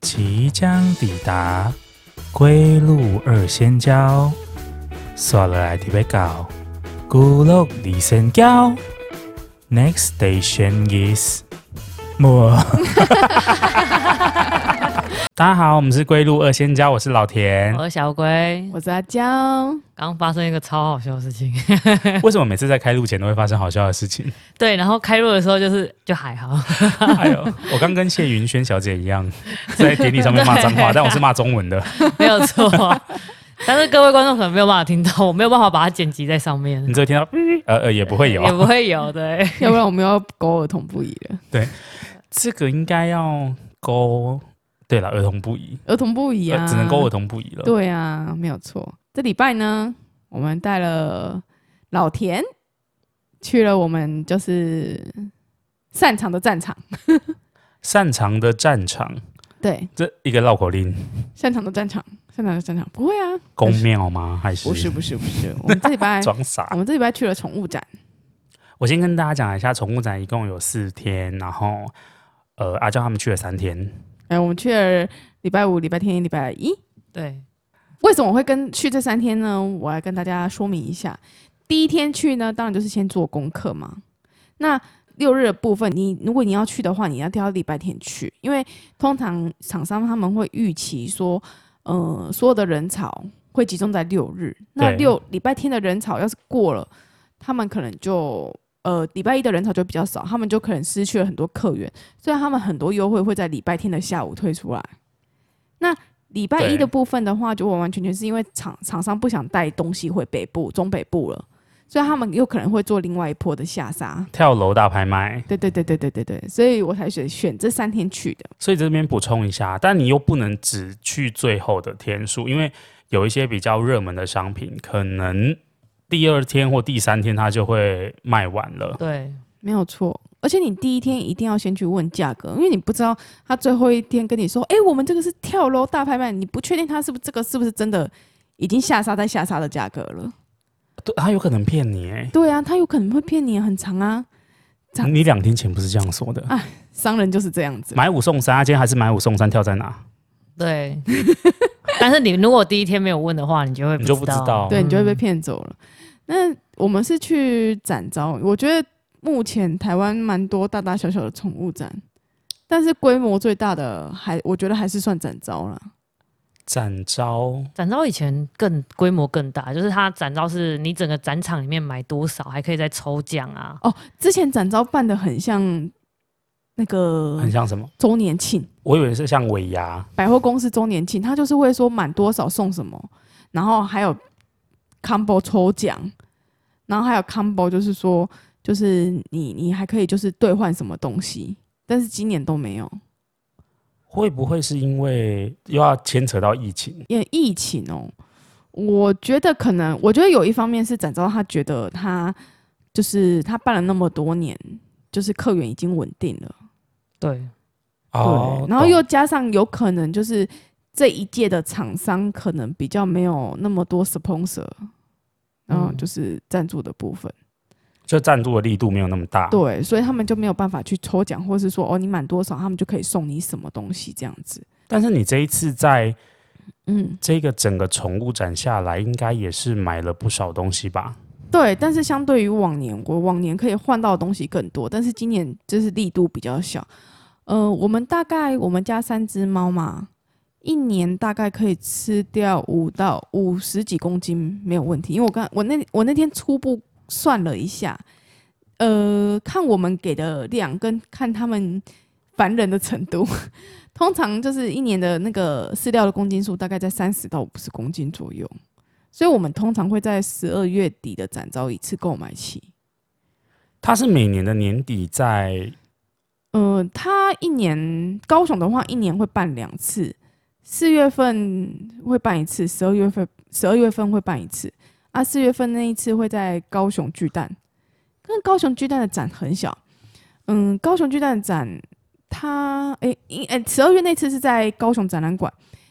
即将抵达归路二仙交，刷了来特别高，孤路二仙交。Next station is 莫。大家好，我们是归路二仙交，我是老田我。是小龟，我是哦阿 江，刚发生一个超好笑的事情。 为什么每次在开路前都会发生好笑的事情？对，然后开路的时候就是就还好，哎呦，我刚跟谢云轩小姐一样，在典礼上面骂脏话，对但我是骂中文的。没有错。 但是各位观众可能没有办法听到，我没有办法把它剪辑在上面你，只会听到，呃呃，也不会有也啊。不会有对。要不然我们要狗耳童不宜了。这个应该要勾，对了，儿童不宜，儿童不宜 啊，呃只能勾儿。童不宜了。对啊，没有错。这礼拜呢，我们带了老田去了我们就是擅长的战场，擅长的战场，对，这一个绕口令，擅长的战场，擅长的战场，不会啊，公庙吗？还是不是不哎是不是，我们这 礼拜装傻我？们这礼拜去了宠物展，我先跟大家讲一下，宠物展一共有四天，然后呃，阿娇他们去了三天。哎，我们去了礼拜五、礼拜天、礼拜一，对，为什么我会跟去这三天呢？我来跟大家说明一下。第一天去呢，当然就是先做功课嘛。那六日的部分，你如果你要去的话，你要挑礼拜天去，因为通常厂商他们会预期说，呃，所有的人潮会集中在六日。那对六礼拜天的人潮要是过了，他们可能就呃礼拜一的人潮就比较少，他们就可能失去了很多客源。所以他们很多优惠会在礼拜天的下午推出来。那礼拜一对的部分的话，就完完全全是因为厂厂商不想带东西回北部、中北部了，所以他们有可能会做另外一波的下杀。跳楼大拍卖，对对对对对对对，所以我才选选这三天去的。所以这边补充一下，但你又不能只去最后的天数，因为有一些比较热门的商品，可能第二天或第三天它就会卖完了。对，没有错。而且你第一天一定要先去问价格，因为你不知道他最后一天跟你说，哎、我们这个是跳楼大拍卖，你不确定他是不是这个是不是真的已经下杀在下杀的价格了。对，它有可能骗你哎、对啊，他有可能会骗你，很长啊，这样你两天前不是这样说的？啊商人就是这样子。买五送三，啊今天还是买五送三，跳在哪？对， 但是你如果第一天没有问的话，你就会你就不知道。对你就会被嗯骗走了。那我们是去展昭，我觉得目前台湾蛮多大大小小的宠物展，但是规模最大的还我觉得还是算展昭啦。展昭展昭以前更规模更大，就是它展昭是你整个展场里面买多少，还可以再抽奖啊。之前展昭办的很像那个很像什么？周年庆，我以为是像尾牙，百货公司周年庆，他就是会说满多少送什么，然后还有 combo 抽奖，然后还有 combo 就是说就是你你还可以就是兑换什么东西，但是今年都没有。会不会是因为又要牵扯到疫情？因为疫情哦，我觉得可能，我觉得有一方面是展昭他觉得他就是他办了那么多年，就是客源已经稳定了，对，对，然后哦懂又加上有可能就是这一届的厂商可能比较没有那么多 sponsor，然后嗯就是赞助的部分，就赞助的力度没有那么大。对，所以他们就没有办法去抽奖，或是说哦你满多少，他们就可以送你什么东西这样子，但是你这一次在嗯。这个整个宠物展下来，应该也是买了不少东西吧？对，但是相对于往年，我往年可以换到的东西更多，但是今年就是力度比较小。呃，我们大概我们家三只猫嘛，一年大概可以吃掉五到五十几公斤没有问题，因为我刚我那我那天初步算了一下，呃，看我们给的量跟看他们 烦人的程度，通常就是一年的那个饲料的公斤数大概在三十到五十公斤左右。所以我们通常会在十二月底的展昭一次购买期。它是每年的年底在呃，它一年高雄的话，一年会办两次，四月份会办一次，十二月份十二月份会办一次。啊，四月份那一次会在高雄巨蛋，但高雄巨蛋的展很小。嗯，高雄巨蛋的展，它诶因诶，十二月那次是在高雄展览馆，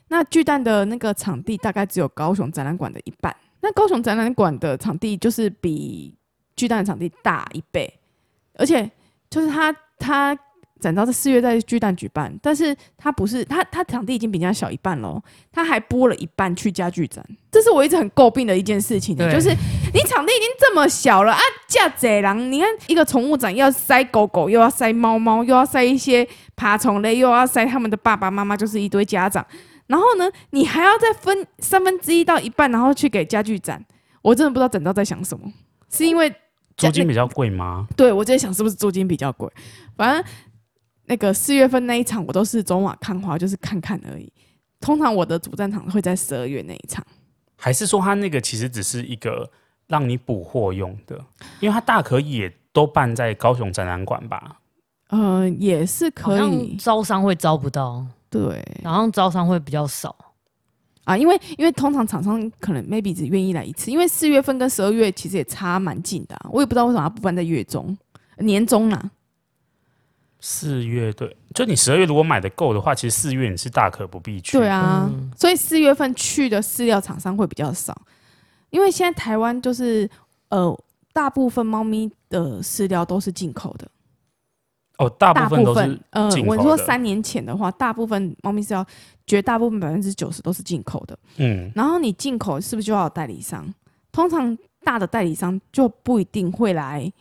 那巨蛋的那个场地大概只有高雄展览馆的一半。那高雄展览馆的场地就是比巨蛋的场地大一倍，而且就是它它展昭在四月在巨蛋举办，但是他不是他他场地已经比人家小一半喽，他还拨了一半去家具展，这是我一直很诟病的一件事情，欸对就是你场地已经这么小了啊，架贼狼，你看一个宠物展要塞狗狗，又要塞猫猫，又要塞一些爬虫类，又要塞他们的爸爸妈妈，就是一堆家长，然后呢，你还要再分三分之一到一半，然后去给家具展，我真的不知道展昭在想什么，是因为租金比较贵吗？对我在想是不是租金比较贵，反正那个四月份那一场我都是走马看花，就是看看而已。通常我的主战场会在十二月那一场，还是说它那个其实只是一个让你补货用的？因为它大可也都办在高雄展览馆吧？呃，也是好可像以，招商会招不到，对好像招商会比较少。啊，因为因为通常厂商可能 maybe 只愿意来一次，因为四月份跟十二月其实也差蛮近的啊、我也不知道为什么它不办在月中、年中啦、四月对，就你十二月如果买的够的话，其实四月你是大可不必去。对，啊，嗯所以四月份去的饲料厂商会比较少，因为现在台湾就是呃，大部分猫咪的饲料都是进口的，哦，大大部分部都分是呃，进我口说的三年前的话，大部分猫咪饲料绝大部分百分之九十都是进口的，嗯，然后你进口是不是就要有代理商？通常大的代理商就不一定会来，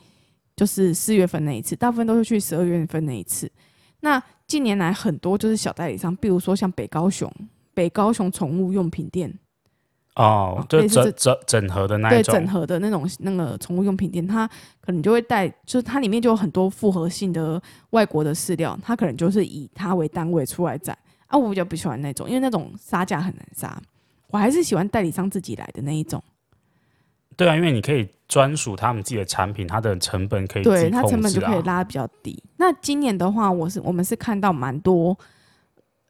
就是四月份那一次，大部分都是去十二月份那一次。那近年来很多就是小代理商，比如说像北高雄、北高雄宠物用品店，哦哦，就类似整这整整合的那对一种整，合的那种那个宠物用品店，它可能就会带，就是它里面就有很多复合性的外国的饲料，它可能就是以它为单位出来展。啊，我比较不喜欢那种，因为那种杀价很难杀，我还是喜欢代理商自己来的那一种。对啊，因为你可以专属他们自己的产品，它的成本可以自对己它控成本制就可以啊。拉得比较低。那今年的话，我是我们是看到蛮多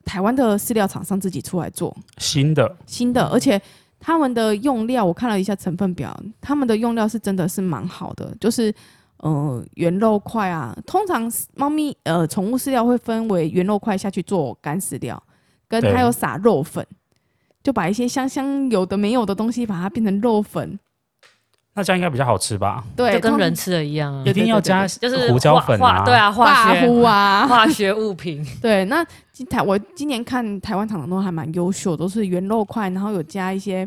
台湾的饲料厂商自己出来做新的新的，而且他们的用料我看了一下成分表，他们的用料是真的是蛮好的，就是呃原肉块啊，通常猫咪呃宠物饲料会分为原肉块下去做干饲料，跟对还有撒肉粉。就把一些香香有的没有的东西，把它变成肉粉，那这样应该比较好吃吧？对，就跟通人吃的一样啊一对，定要加就是胡椒化粉化对啊，化化学糊啊， 化学物 品，对，那今台我今年看台湾厂商都还蛮优秀，都是原肉块，然后有加一些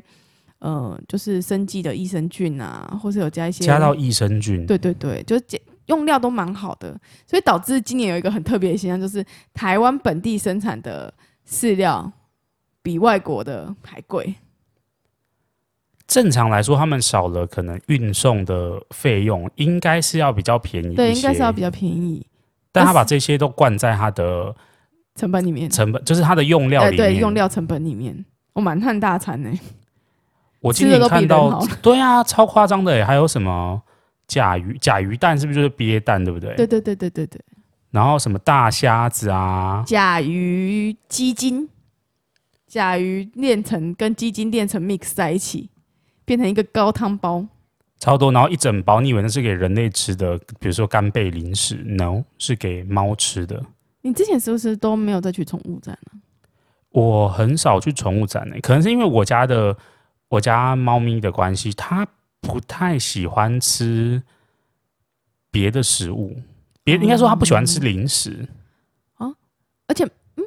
呃，就是生技的益生菌啊，或是有加一些加到益生菌，对对对，就是加用料都蛮好的，所以导致今年有一个很特别的现象，就是台湾本地生产的饲料比外国的还贵。正常来说，他们少了可能运送的费用，应该是要比较便宜一些。对，应该是要比较便宜，但他把这些都灌在它的成本里面，成本，就是它的用料呃，里面。对，用。料成本里面，我满汉大餐呢、我今吃年的都比看人到好，对啊，超夸张的耶！还有什么甲鱼？甲鱼蛋是不是就是鳖蛋，对不对？对对对对对对，然后什么大虾子啊，甲鱼鸡精，甲鱼炼成跟鸡精炼成 mix 在一起，变成一个高汤包。超多。然后一整包，你以为那是给人类吃的，比如说干贝零食？No，是给猫吃的。你之前是不是都没有再去宠物展啊？我很少去宠物展欸诶，可能是因为我家的我家猫咪的关系，它不太喜欢吃别的食物，别应该说它不喜欢吃零食。而且，嗯，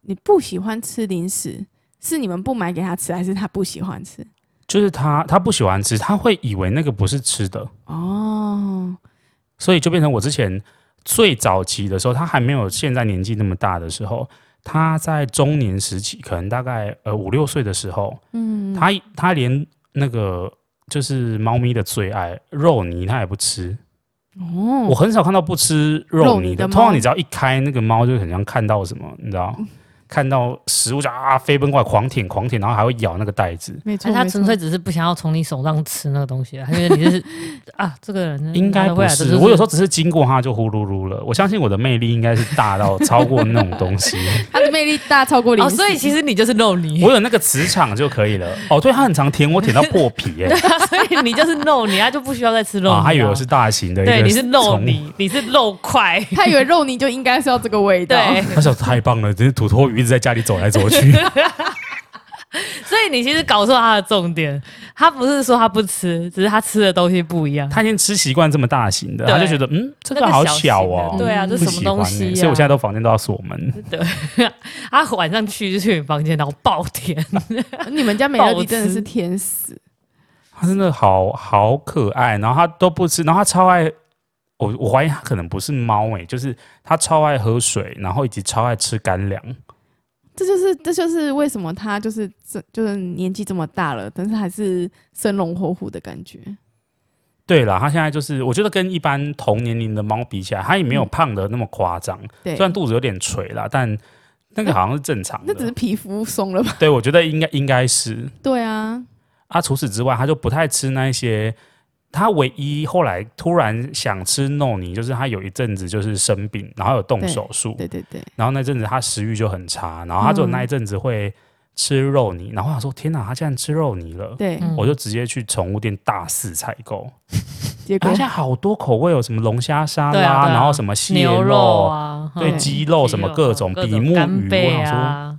你不喜欢吃零食，是你们不买给他吃，还是他不喜欢吃？就是它，它不喜欢吃，它会以为那个不是吃的，哦，所以就变成我之前最早期的时候，它还没有现在年纪那么大的时候，它在中年时期，可能大概呃五六岁的时候，嗯，它它连那个就是猫咪的最爱肉泥，它也不吃。我哦，很少看到不吃肉肉泥泥的，的通常猫你只要一开那个猫，就很像看到什么，你知道，看到食物就啊飞奔过来狂舔狂舔，然后还会咬那个袋子，没而错，哎他没纯错粹只是不想要从你手上吃那个东西啊，他觉得你 是啊，这个人应该拿得不回来是。我有时候只是经过它就呼噜噜了，我相信我的魅力应该是大到超过那种东西， 他的魅力大超过零哦，食所以其实你就是肉泥，我有那个磁场就可以了。哦，对，它很常舔我，舔到破皮 耶、 所以你就是肉泥，他就不需要再吃肉泥啊啊，，它以为我是大型的一个对，你是肉宠物，泥，你是肉 块，他以为肉泥就应该是要这个味道。对， 它想太棒了，真是土托鱼一直在家里走来走去。所以你其实搞错它的重点，它不是说它不吃，只是它吃的东西不一样。他已经吃习惯这么大型的，对他就觉得嗯，这那个好小小型的哦，对啊，这不什么喜欢东欸西、啊？所以我现在都房间都要锁门。他晚上去就去你房间，然后暴舔，你们家美乐暴迪真的吃是天使，他真的好好可爱，然后他都不吃，然后他超爱。我我怀疑他可能不是猫诶、就是他超爱喝水，然后以及超爱吃干粮。这就是这就是为什么他就是这就是年纪这么大了，但是还是生龙活虎的感觉。对啦，他现在就是我觉得跟一般同年龄的猫比起来，他也没有嗯胖的那么夸张，对虽，然肚子有点垂啦，但那个好像是正常 那只是的。皮肤松了吧？对，我觉得应该应该是对啊，啊。除此之外，他就不太吃那一些。他唯一后来突然想吃糯米，就是他有一阵子就是生病，然后有动对手术，对对对，然后那阵子他食欲就很差，然后他就那一阵子会吃肉泥，然后我想说天哪，他竟然吃肉泥了，嗯对，嗯我就直接去宠物店大肆采购。结他果现在好多口味，有什么龙虾沙对拉，啊对啊然后什么蟹牛肉肉，啊，对嗯鸡肉什么哦各种比目干鱼，贝我想说啊，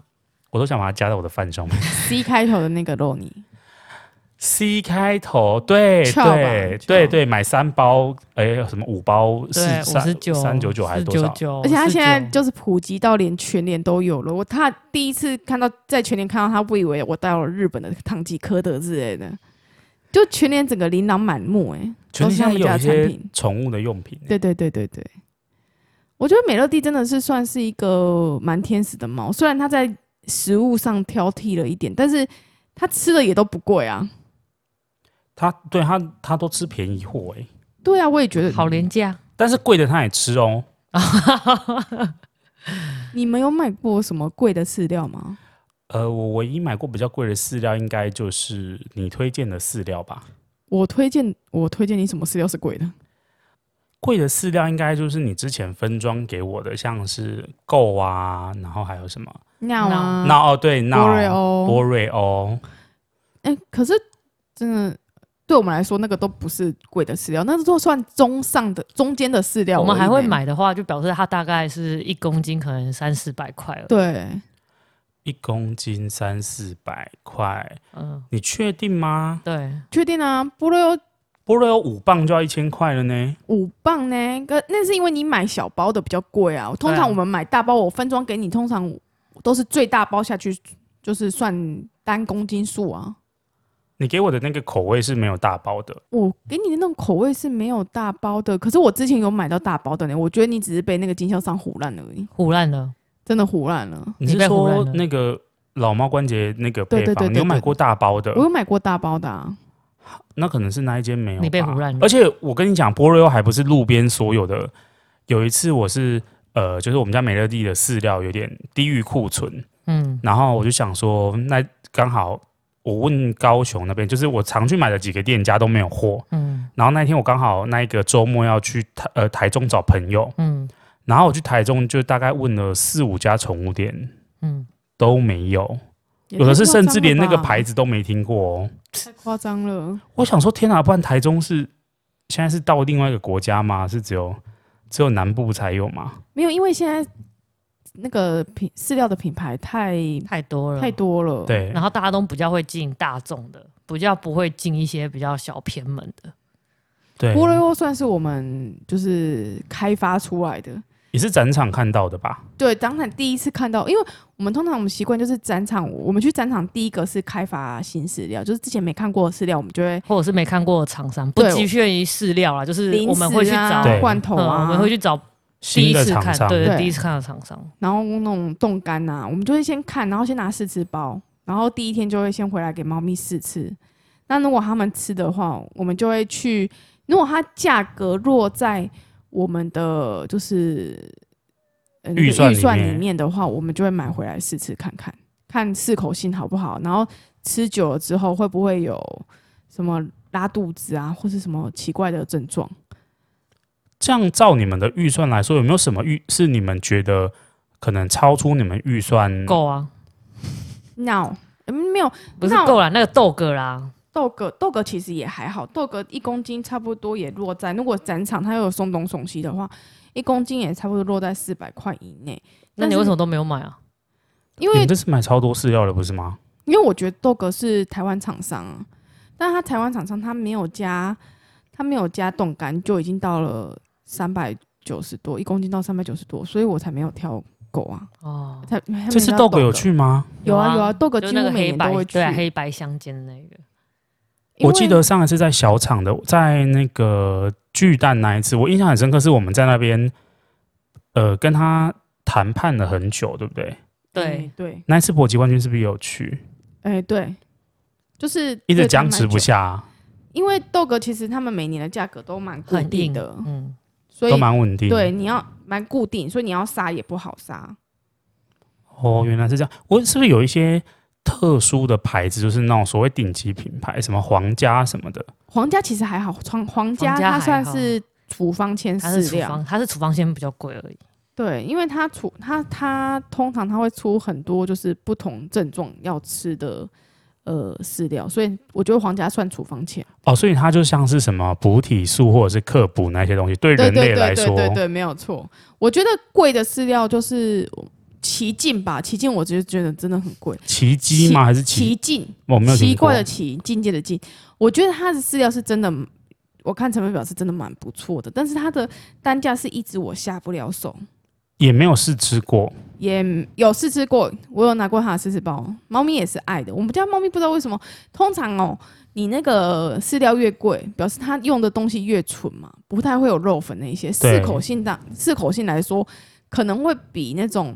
我都想把它加在我的饭上面。 C 开头的那个肉泥， C 开头，对翘吧对翘对对，买三包，哎，什么五包四对，五十九、三三九九还是多少？ 499而且他现在49就是普及到连全联都有了。我他第一次看到在全联看到他，不以为我到了日本的唐吉诃德之类的，就全联整个琳琅满目哎、全都是家他们有家一的产些品。宠物的用品，对对对对对，我觉得美乐蒂真的是算是一个蛮天使的猫，虽然它在食物上挑剔了一点，但是它吃的也都不贵啊。它对它它都吃便宜货哎，对啊，我也觉得。好廉价，但是贵的它也吃哦。你们有买过什么贵的饲料吗？呃，我唯一买过比较贵的饲料，应该就是你推荐的饲料吧。我推荐我推荐你什么饲料是贵的？贵的饲料应该就是你之前分装给我的，像是够啊，然后还有什么？尿啊，那、哦，对，那波瑞欧波瑞欧，哎、可是真的对我们来说，那个都不是贵的饲料，那都算中上的中间的饲料。我们还会。买的话，就表示它大概是一公斤可能三四百块了。对，一公斤三四百块，嗯，你确定吗？对，确定啊，菠萝油波瑞欧五磅就要一千块了呢。五磅呢，跟那是因为你买小包的比较贵啊。通常我们买大包，我分装给你，通常都是最大包下去，就是算单公斤数啊。你给我的那个口味是没有大包的，我给你的那种口味是没有大包的，可是我之前有买到大包的呢。我觉得你只是被那个经销商唬烂而已，腐烂了，真的唬烂了。你是被胡乱说了那个老猫关节那个对配对对方？对你有买对过大包的？我有买过大包的啊，那可能是那一间没有吧。你被胡乱了而且我跟你讲，波瑞欧还不是路边所有的。有一次我是呃，就是我们家美乐蒂的饲料有点低于库存，嗯，然后我就想说，那刚好我问高雄那边，就是我常去买的几个店家都没有货。嗯然后那一天我刚好那一个周末要去台呃台中找朋友，嗯然后我去台中就大概问了四五家宠物店嗯，都没有，也有的太是夸甚张至了连那个吧牌子都没听过哦。太夸张了。我想说，天哪！啊不然台中是现在是到另外一个国家吗？是只有只有南部才有吗？没有，因为现在那个品饲料的品牌太太多了，太多了。，对然，后大家都比较会进大众的，比较不会进一些比较小偏门的。对，菠萝油算是我们就是开发出来的。也是展场看到的吧？对，当然第一次看到，因为我们通常我们习惯就是展场，我们去展场第一个是开发新饲料，就是之前没看过的饲料，我们就会或者是没看过的厂商，不对局限于饲料啦，就是零我们会去食啊找，对罐头嗯啊，我们会去找第新一的次厂看，商，对对第一次看的厂商，然后那种冻干呐、我们就会先看，然后先拿试吃包，然后第一天就会先回来给猫咪试吃。那如果它们吃的话，我们就会去。如果它价格落在我们的就是呃那个预算里预算面里面的话，我们就会买回来试吃看看，看适口性好不好。然后吃久了之后会不会有什么拉肚子啊，或是什么奇怪的症状？这样照你们的预算来说，有没有什么预是你们觉得可能超出你们预算？够啊， no，嗯没有，不是那我够啦，那个豆哥啦，豆哥，豆哥其实也还好，豆哥一公斤差不多也落在，如果展场它又有松东松西的话，一公斤也差不多落在四百块以内。那但你是为什么都没有买啊？你因为们这次买超多饲料了，不是吗？因为我觉得豆哥是台湾厂商啊，但他台湾厂商他没有加，他没有加冻干就已经到了三百九十多，一公斤到三百九十多，所以我才没有挑狗啊。哦，才还没这次挑豆哥有去吗？有啊有啊，豆哥就几那乎个每黑年都白会去。对啊黑白相间那个，我记得嗯上一次在小厂的，在那个巨蛋那一次，我印象很深刻，是我们在那边，呃，跟他谈判了很久，对不对？对，对，那一次搏击冠军是不是也有去？哎、对，就是一对直他僵蛮持不久，下啊，因为豆哥其实他们每年的价格都蛮固很定硬的，嗯，所以都蛮稳定。对你要蛮固定，所以你要杀也不好杀。哦，原来是这样。我是不是有一些特殊的牌子，就是那种所谓顶级品牌，什么皇家什么的？皇家其实还好，皇皇家皇家它还算好是处方签它是饲处料，方，它是处方先比较贵而已。对，因为它处它它通常它会出很多就是不同症状要吃的呃饲料，所以我觉得皇家算处方签。哦，所以它就像是什么补体素或者是克补那些东西，对对人对类对来说，对对对，没有错。我觉得贵的饲料就是嗯奇境吧，奇境我就觉得真的很贵。奇迹吗？还是奇奇？境，我没有听奇过怪的奇，境界的境。我觉得它的饲料是真的，我看成分表是真的蛮不错的，但是它的单价是一直我下不了手。也没有试吃过。也有试吃过，我有拿过它的试吃包，猫咪也是爱的。我们家猫咪不知道为什么，通常哦，你那个饲料越贵，表示它用的东西越纯嘛，不太会有肉粉那一些。对适口性当适口性来说，可能会比那种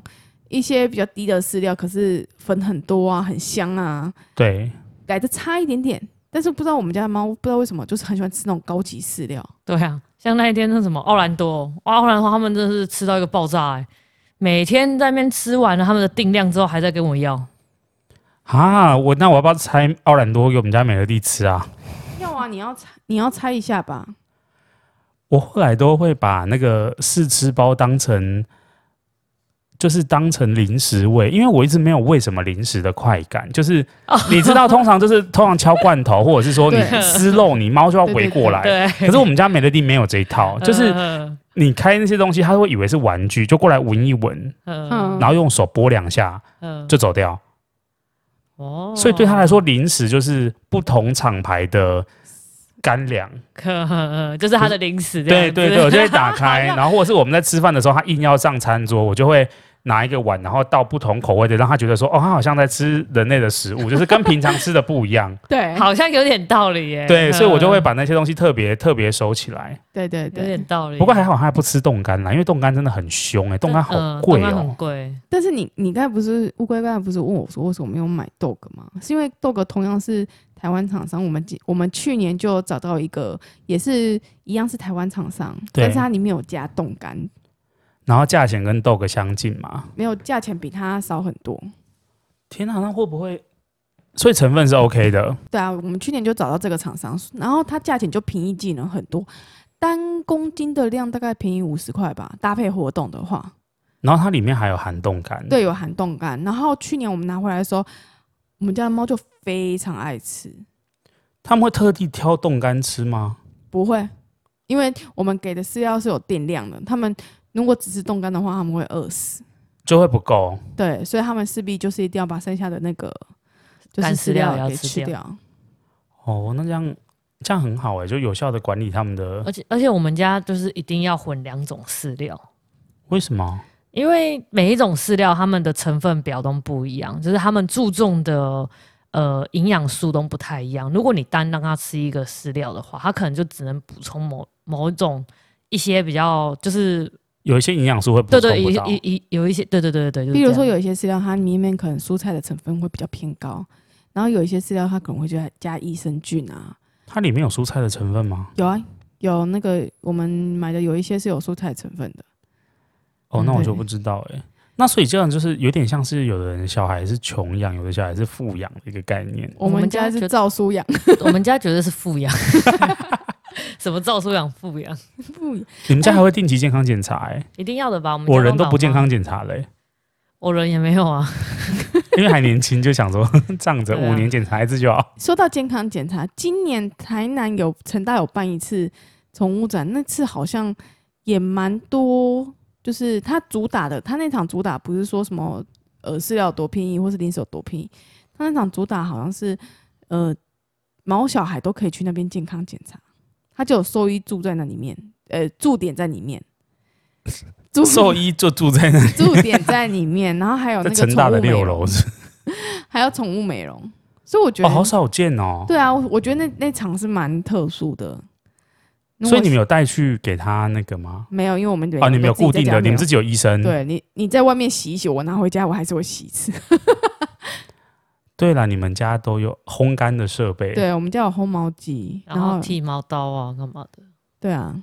一些比较低的饲料，可是粉很多啊，很香啊，对，来的差一点点。但是不知道我们家的猫不知道为什么，就是很喜欢吃那种高级饲料。对啊，像那一天那什么奥兰多，哇，奥兰多他们真的是吃到一个爆炸哎、每天在那边吃完了他们的定量之后，还在跟我要。啊，我那我要不要拆奥兰多给我们家美乐蒂吃啊？要啊，你要猜，你要猜一下吧。我后来都会把那个试吃包当成，就是当成零食喂，因为我一直没有喂什么零食的快感。就是哦你 知道，通常就是通常敲罐头，或者是说你对吃肉，你猫就要围过来。对，可是我们家美乐蒂没有这一套， 就是嗯你开那些东西，它会以为是玩具，就过来闻一闻，嗯然后用手拨两下嗯，就走掉。哦所以对他来说，零食就是不同厂牌的干粮。可嗯 就是他的零食这样对子。对对，我就会打开，然后或者是我们在吃饭的时候，他硬要上餐桌，我就会拿一个碗，然后倒不同口味的，让他觉得说，哦，他好像在吃人类的食物，就是跟平常吃的不一 样。对，好像有点道理耶、对，所以我就会嗯把那些东西特别特别收起来。对对有对点。道理。不过还好他还不吃冻干啦，因为冻干真的很凶哎、冻干好嗯贵冻干哦很、贵。但是你你刚才不是乌龟刚才不是问我说为什么没有买豆哥吗？是因为豆哥同样是台湾厂商，我们今我们去年就找到一个也是一样是台湾厂商，对但是它里面有加冻干，然后价钱跟豆哥相近嘛。没有价钱比它少很多。天哪、那会不会？所以成分是 OK 的，对啊，我们去年就找到这个厂商，然后它价钱就平易近人很多，单公斤的量大概便宜五十块吧，搭配活动的话，然后它里面还有含冻干。，嗯对，有含冻干。然后去年我们拿回来的时候，我们家的猫就非常爱吃，他们会特地挑冻干吃吗？不会，因为我们给的饲料是有定量的，他们如果只是冻干的话，他们会饿死。就会不够。对，所以他们势必就是一定要把剩下的那个就是干饲饲料也要给吃吃掉掉。哦，那这样这样很好哎、就有效的管理他们的而且而且我们家就是一定要混两种饲料，为什么？因为每一种饲料它们的成分表都不一样，就是他们注重的呃营养素都不太一样。如果你单让它吃一个饲料的话，它可能就只能补充某某一种一些比较就是有一些营养素会补对充对不一到，一一有一些对对对对对，比如说有有一些饲料，它里面可能蔬菜的成分会比较偏高，然后有一些饲料它可能会加加益生菌啊，它里面有蔬菜的成分吗？有啊。有那个我们买的有一些是有蔬菜成分的，哦，嗯那我对就不知道哎、那所以这样就是有点像是有的人小孩是穷养，有的小孩是富养的一个概念。我们们家家觉是得照书养，我们家绝对是富养， 什么照书养富养不你们家还会定期健康检查哎、一定要的吧？我们家我人都老不健妈，康检查嘞、我人也没有啊，因为还年轻，就想说 仗着对啊五年检查一次就 好。说到健康检查，今年台南有成大有办一次宠物展，啊那次好像也蛮多，就是他主打的，他那场主打不是说什么呃饲料多便宜，或是零食有多便宜，他那场主打好像是呃毛小孩都可以去那边健康检查，他就有兽医住在那里面，呃驻点在里 面，驻兽医就住在那里，驻点在里面，然后还哦有 在那个成大宠的物美六容楼是还有宠物美容，所以我觉哦，得、好少见哦。对啊，我我觉得那那场是蛮特殊的。如所以果你们有带去给他那个吗？没有，因为我们啊，你们有固定的，你们自己己有医生。在家没有对你你在外面洗一洗，我拿回家我还是会洗一次。对了，你们家都有烘干的设备，， 对我们家有烘毛机，然后剃毛刀啊，干嘛的？对啊，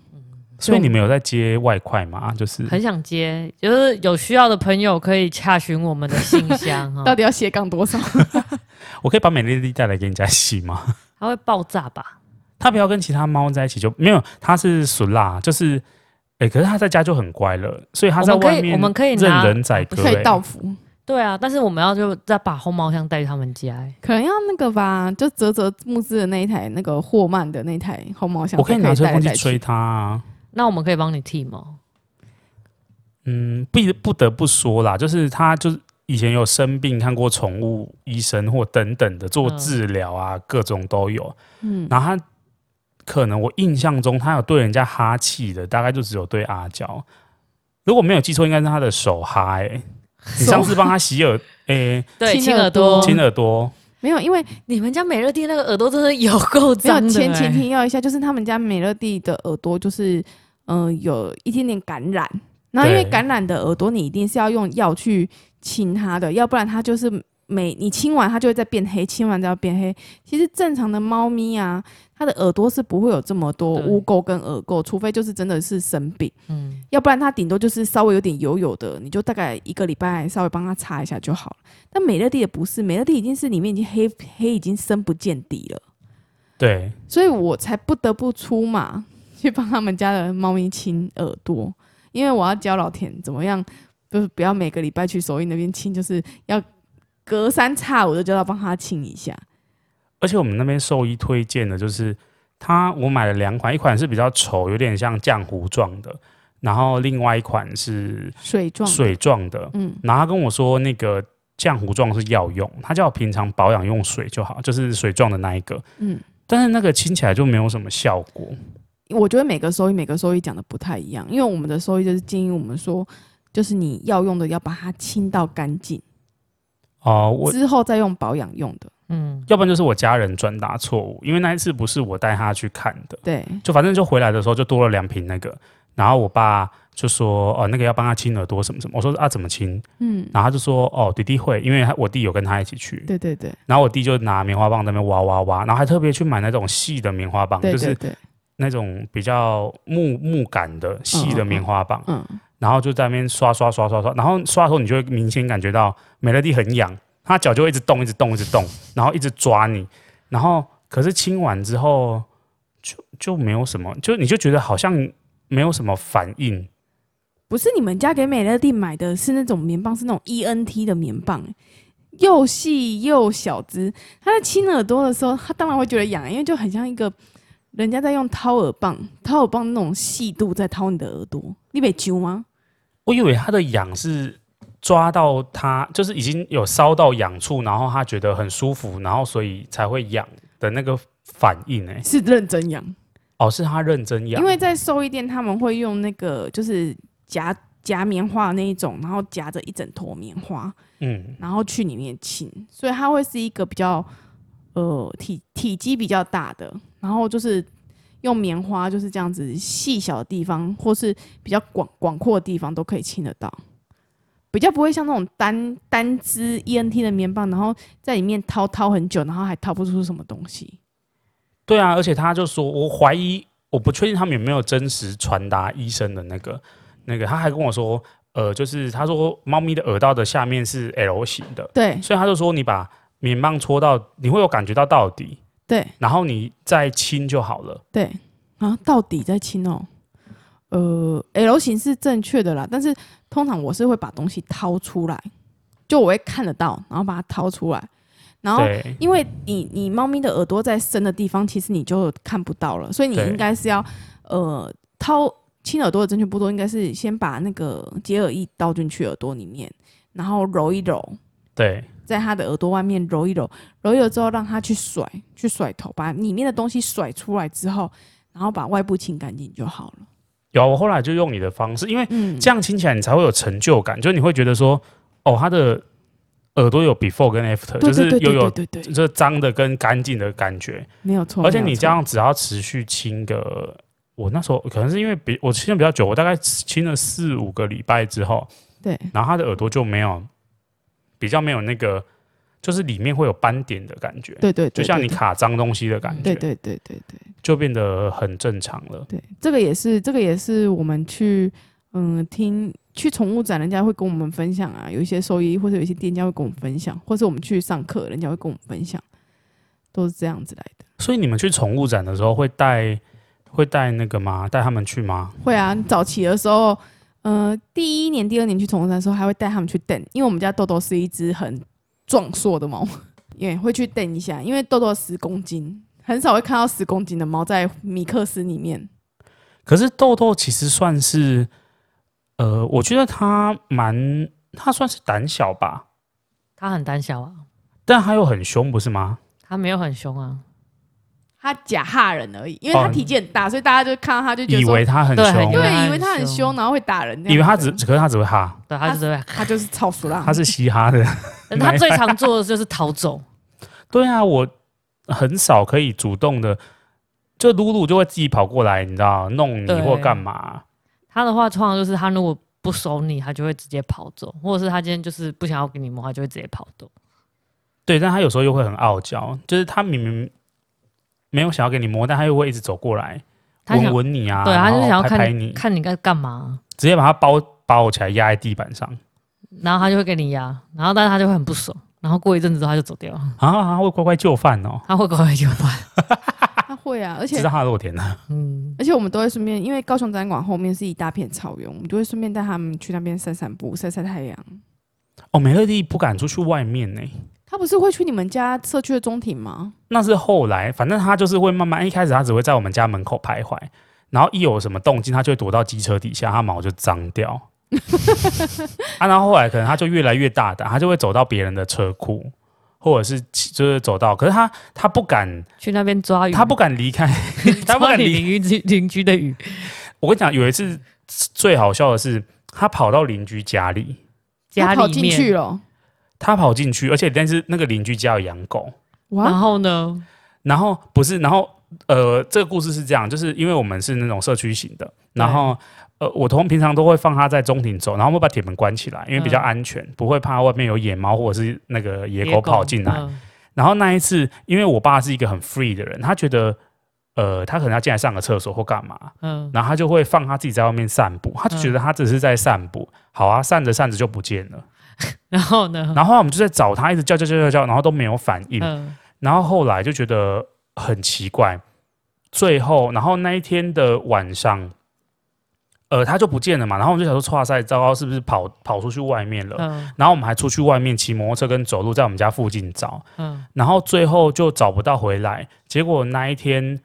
所以你们有在接外快吗？啊就是很想接，就是有需要的朋友可以洽询我们的信 箱哈 到，底要斜杠多少？我可以把美丽丽带来给你家洗吗？ 它会爆炸吧？它不要跟其他猫在一起就没有，它是属辣，就是哎、诶可是它在家就很乖了，所以它我在们可外以，面我们可以任拿，人宰 割、可欸以。到付，对啊，但是我们要就再把红毛箱带去他们家、欸可能要那个吧，就泽泽木质的那一台，那个霍曼的那一台烘毛箱，我可以拿吹带来风机带去吹它啊。那我们可以帮你剃毛，嗯，不不得不说啦，就是它就是以前有生病看过宠物医生或等等的做嗯治疗啊，各种都有。嗯，然后他可能我印象中他有对人家哈气的，大概就只有对阿娇。如果没有记错，应该是他的手哈、欸。你上次帮他洗耳，诶、对，亲亲耳耳朵朵。亲耳朵，没有，因为你们家美乐蒂那个耳朵真的有够没有脏的、欸，前前提要一下，就是他们家美乐蒂的耳朵就是呃有一点点感染，然后因为对感染的耳朵，你一定是要用药去清它的，要不然它就是每你清完它就会再变黑，清完再变黑。其实正常的猫咪啊，它的耳朵是不会有这么多对污垢跟耳垢，除非就是真的是生病，嗯，要不然它顶多就是稍微有点油油的，你就大概一个礼拜稍微帮它擦一下就好了。但美乐蒂也不是，美乐蒂已经是里面已经黑黑已经深不见底了。对，所以我才不得不出马 去帮他们家的猫咪清耳朵，因为我要教老田怎么样，就是不要每个礼拜去首映那边清，就是要隔三差五的就要帮他清一下。而且我们那边兽医推荐的就是它，我买了两款，一款是比较稠，有点像浆糊状的，然后另外一款是水状，，水状的。嗯，然后他跟我说那个浆糊状是药用，他叫我平常保养用水就好，就是水状的那一个。嗯，但是那个清起来就没有什么效果。我觉得每个收益每个收益讲的不太一样，因为我们的收益就是建议我们说，就是你要用的要把它清到干净，哦、我之后再用保养用的。嗯，要不然就是我家人转达错误，因为那一次不是我带他去看的，对，就反正就回来的时候就多了两瓶那个，然后我爸就说哦那个要帮他清耳朵什么什么，我说啊怎么清，嗯，然后他就说哦弟弟会，因为他我弟有跟他一起去，对对对，然后我弟就拿棉花棒在那边挖挖挖，然后还特别去买那种细的棉花棒，对就对是对，那种比较木木感的细的棉花棒，嗯，然后就在那边刷刷刷刷刷，然后刷的时候你就会明显感觉到美乐蒂很痒，它脚就会一直动，一直动，一直动，然后一直抓你，然后可是亲完之后就就没有什么，就你就觉得好像没有什么反应，不是你们家给美乐蒂买的是那种棉棒，是那种 ENT 的棉棒、欸又细又小只。它在亲耳朵的时候，它当然会觉得痒，因为就很像一个人家在用掏耳棒，掏耳棒那种细度在掏你的耳朵。你被揪吗？我以为它的痒是抓到它，就是已经有烧到痒处，然后它觉得很舒服，然后所以才会痒的那个反应、欸，是认真痒，哦，是它认真痒，因为在兽医店他们会用那个就是夹夹棉花那一种，然后夹着一整坨棉花，嗯，然后去里面清，所以它会是一个比较呃体体积比较大的，然后就是用棉花就是这样子细小的地方或是比较广广阔的地方都可以清得到，比较不会像那种单单支 ENT 的棉棒，然后在里面掏掏很久，然后还掏不出什么东西。对啊，而且他就说，我怀疑，我不确定他们有没有真实传达医生的那个那个，他还跟我说，呃，就是他说猫咪的耳道的下面是 L 型的，对所以他就说你把棉棒戳到，你会有感觉到到底，对然后你再亲就好了。对，啊，到底在清哦。呃，L 型是正确的啦，但是通常我是会把东西掏出来，就我会看得到，然后把它掏出来，然后对，因为你你猫咪的耳朵在深的地方，其实你就看不到了，所以你对应该是要呃掏亲耳朵的正确步骤应该是先把那个解耳液倒进去耳朵里面，然后揉一揉，对，在它的耳朵外面揉一揉，揉一揉之后让它去甩，去甩头，把里面的东西甩出来之后，然后把外部清干净就好了。有啊，我后来就用你的方式，因为嗯，这样听起来你才会有成就感，就是你会觉得说，哦，他的耳朵有 before 跟 after，对就对是对又对有对对对，这脏的跟干净的感觉。没有错。而且哦没有你错这样只要持续清个，我那时候可能是因为比我清的比较久，我大概清了四五个礼拜之后，对，然后他的耳朵就没有比较没有那个，就是里面会有斑点的感觉，对对，就对像对你卡脏东西的感觉，对对对对对就变得很正常了。对，这个也是这个也是我们去嗯听去宠物展，人家会跟我们分享啊，有一些兽医或者有一些店家会跟我们分享，或者我们去上课，人家会跟我们分享，都是这样子来的。所以你们去宠物展的时候会带会带那个吗？带他们去吗？会啊，早期的时候，呃，第一年、第二年去宠物山的时候，还会带他们去蹬，因为我们家豆豆是一只很壮硕的猫， 也会去蹬一下，因为豆豆十公斤，很少会看到十公斤的猫在米克斯里面。可是豆豆其实算是，呃，我觉得它蛮，它算是胆小吧，他很胆小啊，但它又很凶，不是吗？他没有很凶啊，它假吓人而已，因为它哦体积很大，所以大家就看到它就觉得以说为它很对凶，因为它对，以很为它很凶凶，然后会打人这样子。以为它只，可是它只会哈，对，他就是它就是超熟啦，它是嘻哈的。 会， 他最常做的就是逃走，对啊，我很少可以主动的，就露露就会自己跑过来，你知道，弄你对或干嘛。他的话通常就是他如果不收你，他就会直接跑走，或者是他今天就是不想要给你摸，他就会直接跑走。对，但它有时候又会很傲娇，就是它明明没有想要给你摸，但它又会一直走过来它想闻闻你啊，对，他就是然后想要拍看拍你你，看你该干嘛，直接把它包包起来压在地板上。然后他就会给你压，然后但是他就会很不爽，然后过一阵子之后他就走掉了，啊，他会乖乖就范哦，他会乖乖就烦。它会啊，而且知道他的弱点了。嗯，而且我们都会顺便，因为高雄展馆后面是一大片草原，我们就会顺便带他们去那边散散步、晒晒太阳。哦，美乐蒂不敢出去外面呢、他不是会去你们家社区的中庭吗？那是后来，反正他就是会慢慢，一开始他只会在我们家门口徘徊，然后一有什么动静，他就会躲到机车底下，他毛就脏掉。啊，然后后来可能他就越来越大胆，他就会走到别人的车库，或者是骑就是走到，可是他他不敢，去那边抓鱼，他不敢离开，他不抓敢你离邻居邻居的鱼，我跟你讲，有一次最好笑的是，他跑到邻居家里，家他跑里进去面，了，他跑进去，而且但是那个邻居家有养狗，然哇！后呢，然后不是，然后呃，这个故事是这样，就是因为我们是那种社区型的，然后呃，我同平常都会放它在中庭走，然后会把铁门关起来，因为比较嗯安全，不会怕外面有野猫或者是那个野狗跑进来。嗯然后那一次，因为我爸是一个很 free 的人，他觉得呃，他可能要进来上个厕所或干嘛，嗯，然后他就会放他自己在外面散步，他就觉得他只是在散步，好啊，散着散着就不见了。然后呢，然后后来我们就在找他，一直叫叫叫叫叫，然后都没有反应。嗯，然后后来就觉得很奇怪，最后，然后那一天的晚上，呃，他就不见了嘛，然后我们就想说，哇塞，糟糕，是不是跑跑出去外面了？嗯然后我们还出去外面骑摩托车跟走路，在我们家附近找，嗯，然后最后就找不到回来。结果那一天，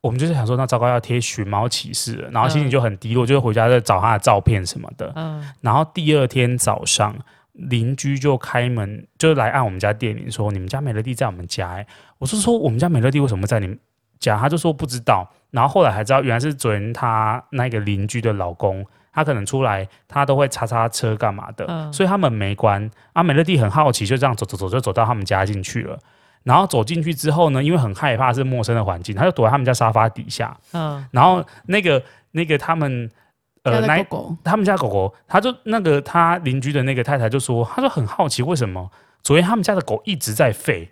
我们就是想说，那糟糕，要贴寻猫启事了，然后心情就很低落，就回家在找他的照片什么的。嗯，然后第二天早上，邻居就开门，就来按我们家电铃说：“你们家美乐蒂在我们家、欸。”我就说：“我们家美乐蒂为什么在你们家？”他就说不知道。然后后来还知道，原来是昨天他那个邻居的老公，他可能出来，他都会擦擦车干嘛的，嗯所以他们没关。啊，美乐蒂很好奇，就这样走走走，就走到他们家进去了。然后走进去之后呢，因为很害怕是陌生的环境，他就躲在他们家沙发底下。嗯，然后那个那个他们呃家那一的狗狗，他们家狗狗，他就那个他邻居的那个太太就说，他就很好奇为什么昨天他们家的狗一直在吠，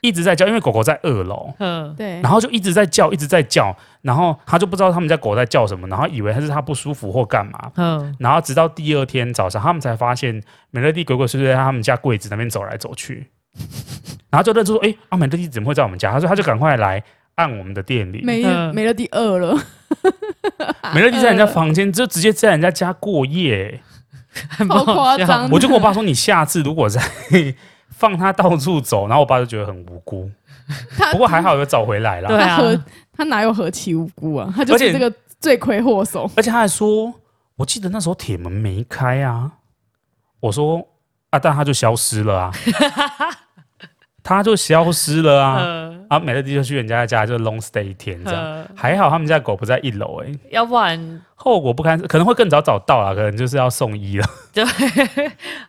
一直在叫，因为狗狗在二楼，嗯，对然，后就一直在叫，一直在叫，然后他就不知道他们家狗在叫什么，然后以为他是他不舒服或干嘛。嗯，然后直到第二天早上，他们才发现美乐蒂鬼鬼祟祟在他们家柜子那边走来走去，然后就认出说：“哎、啊，美乐蒂怎么会在我们家？”他说：“他就赶快来按我们的电铃。”没了嗯没了第二了，美乐蒂在人家房间就直接在人家家过夜、很好夸笑 张。我就跟我爸说，你下次如果再放他到处走，然后我爸就觉得很无辜。他不过还好有找回来对啦，啊他何他哪有何其无辜啊？他就而且是这个罪魁祸首。而且他还说，我记得那时候铁门没开啊。我说啊，但它就消失了啊，它就消失了啊。呃啊，美乐蒂就去人家的家，就 long stay 一天这样。呃，还好他们家狗不在一楼，哎，要不然后果不堪，可能会更早找到啊啦，可能就是要送医了，对，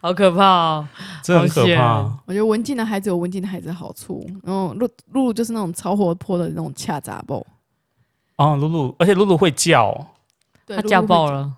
好可怕哦。这很可好怕。我觉得文静的孩子有文静的孩子的好处，然后露露露就是那种超活泼的那种恰杂爆，哦，露露，而且露露会叫，对他家暴，了，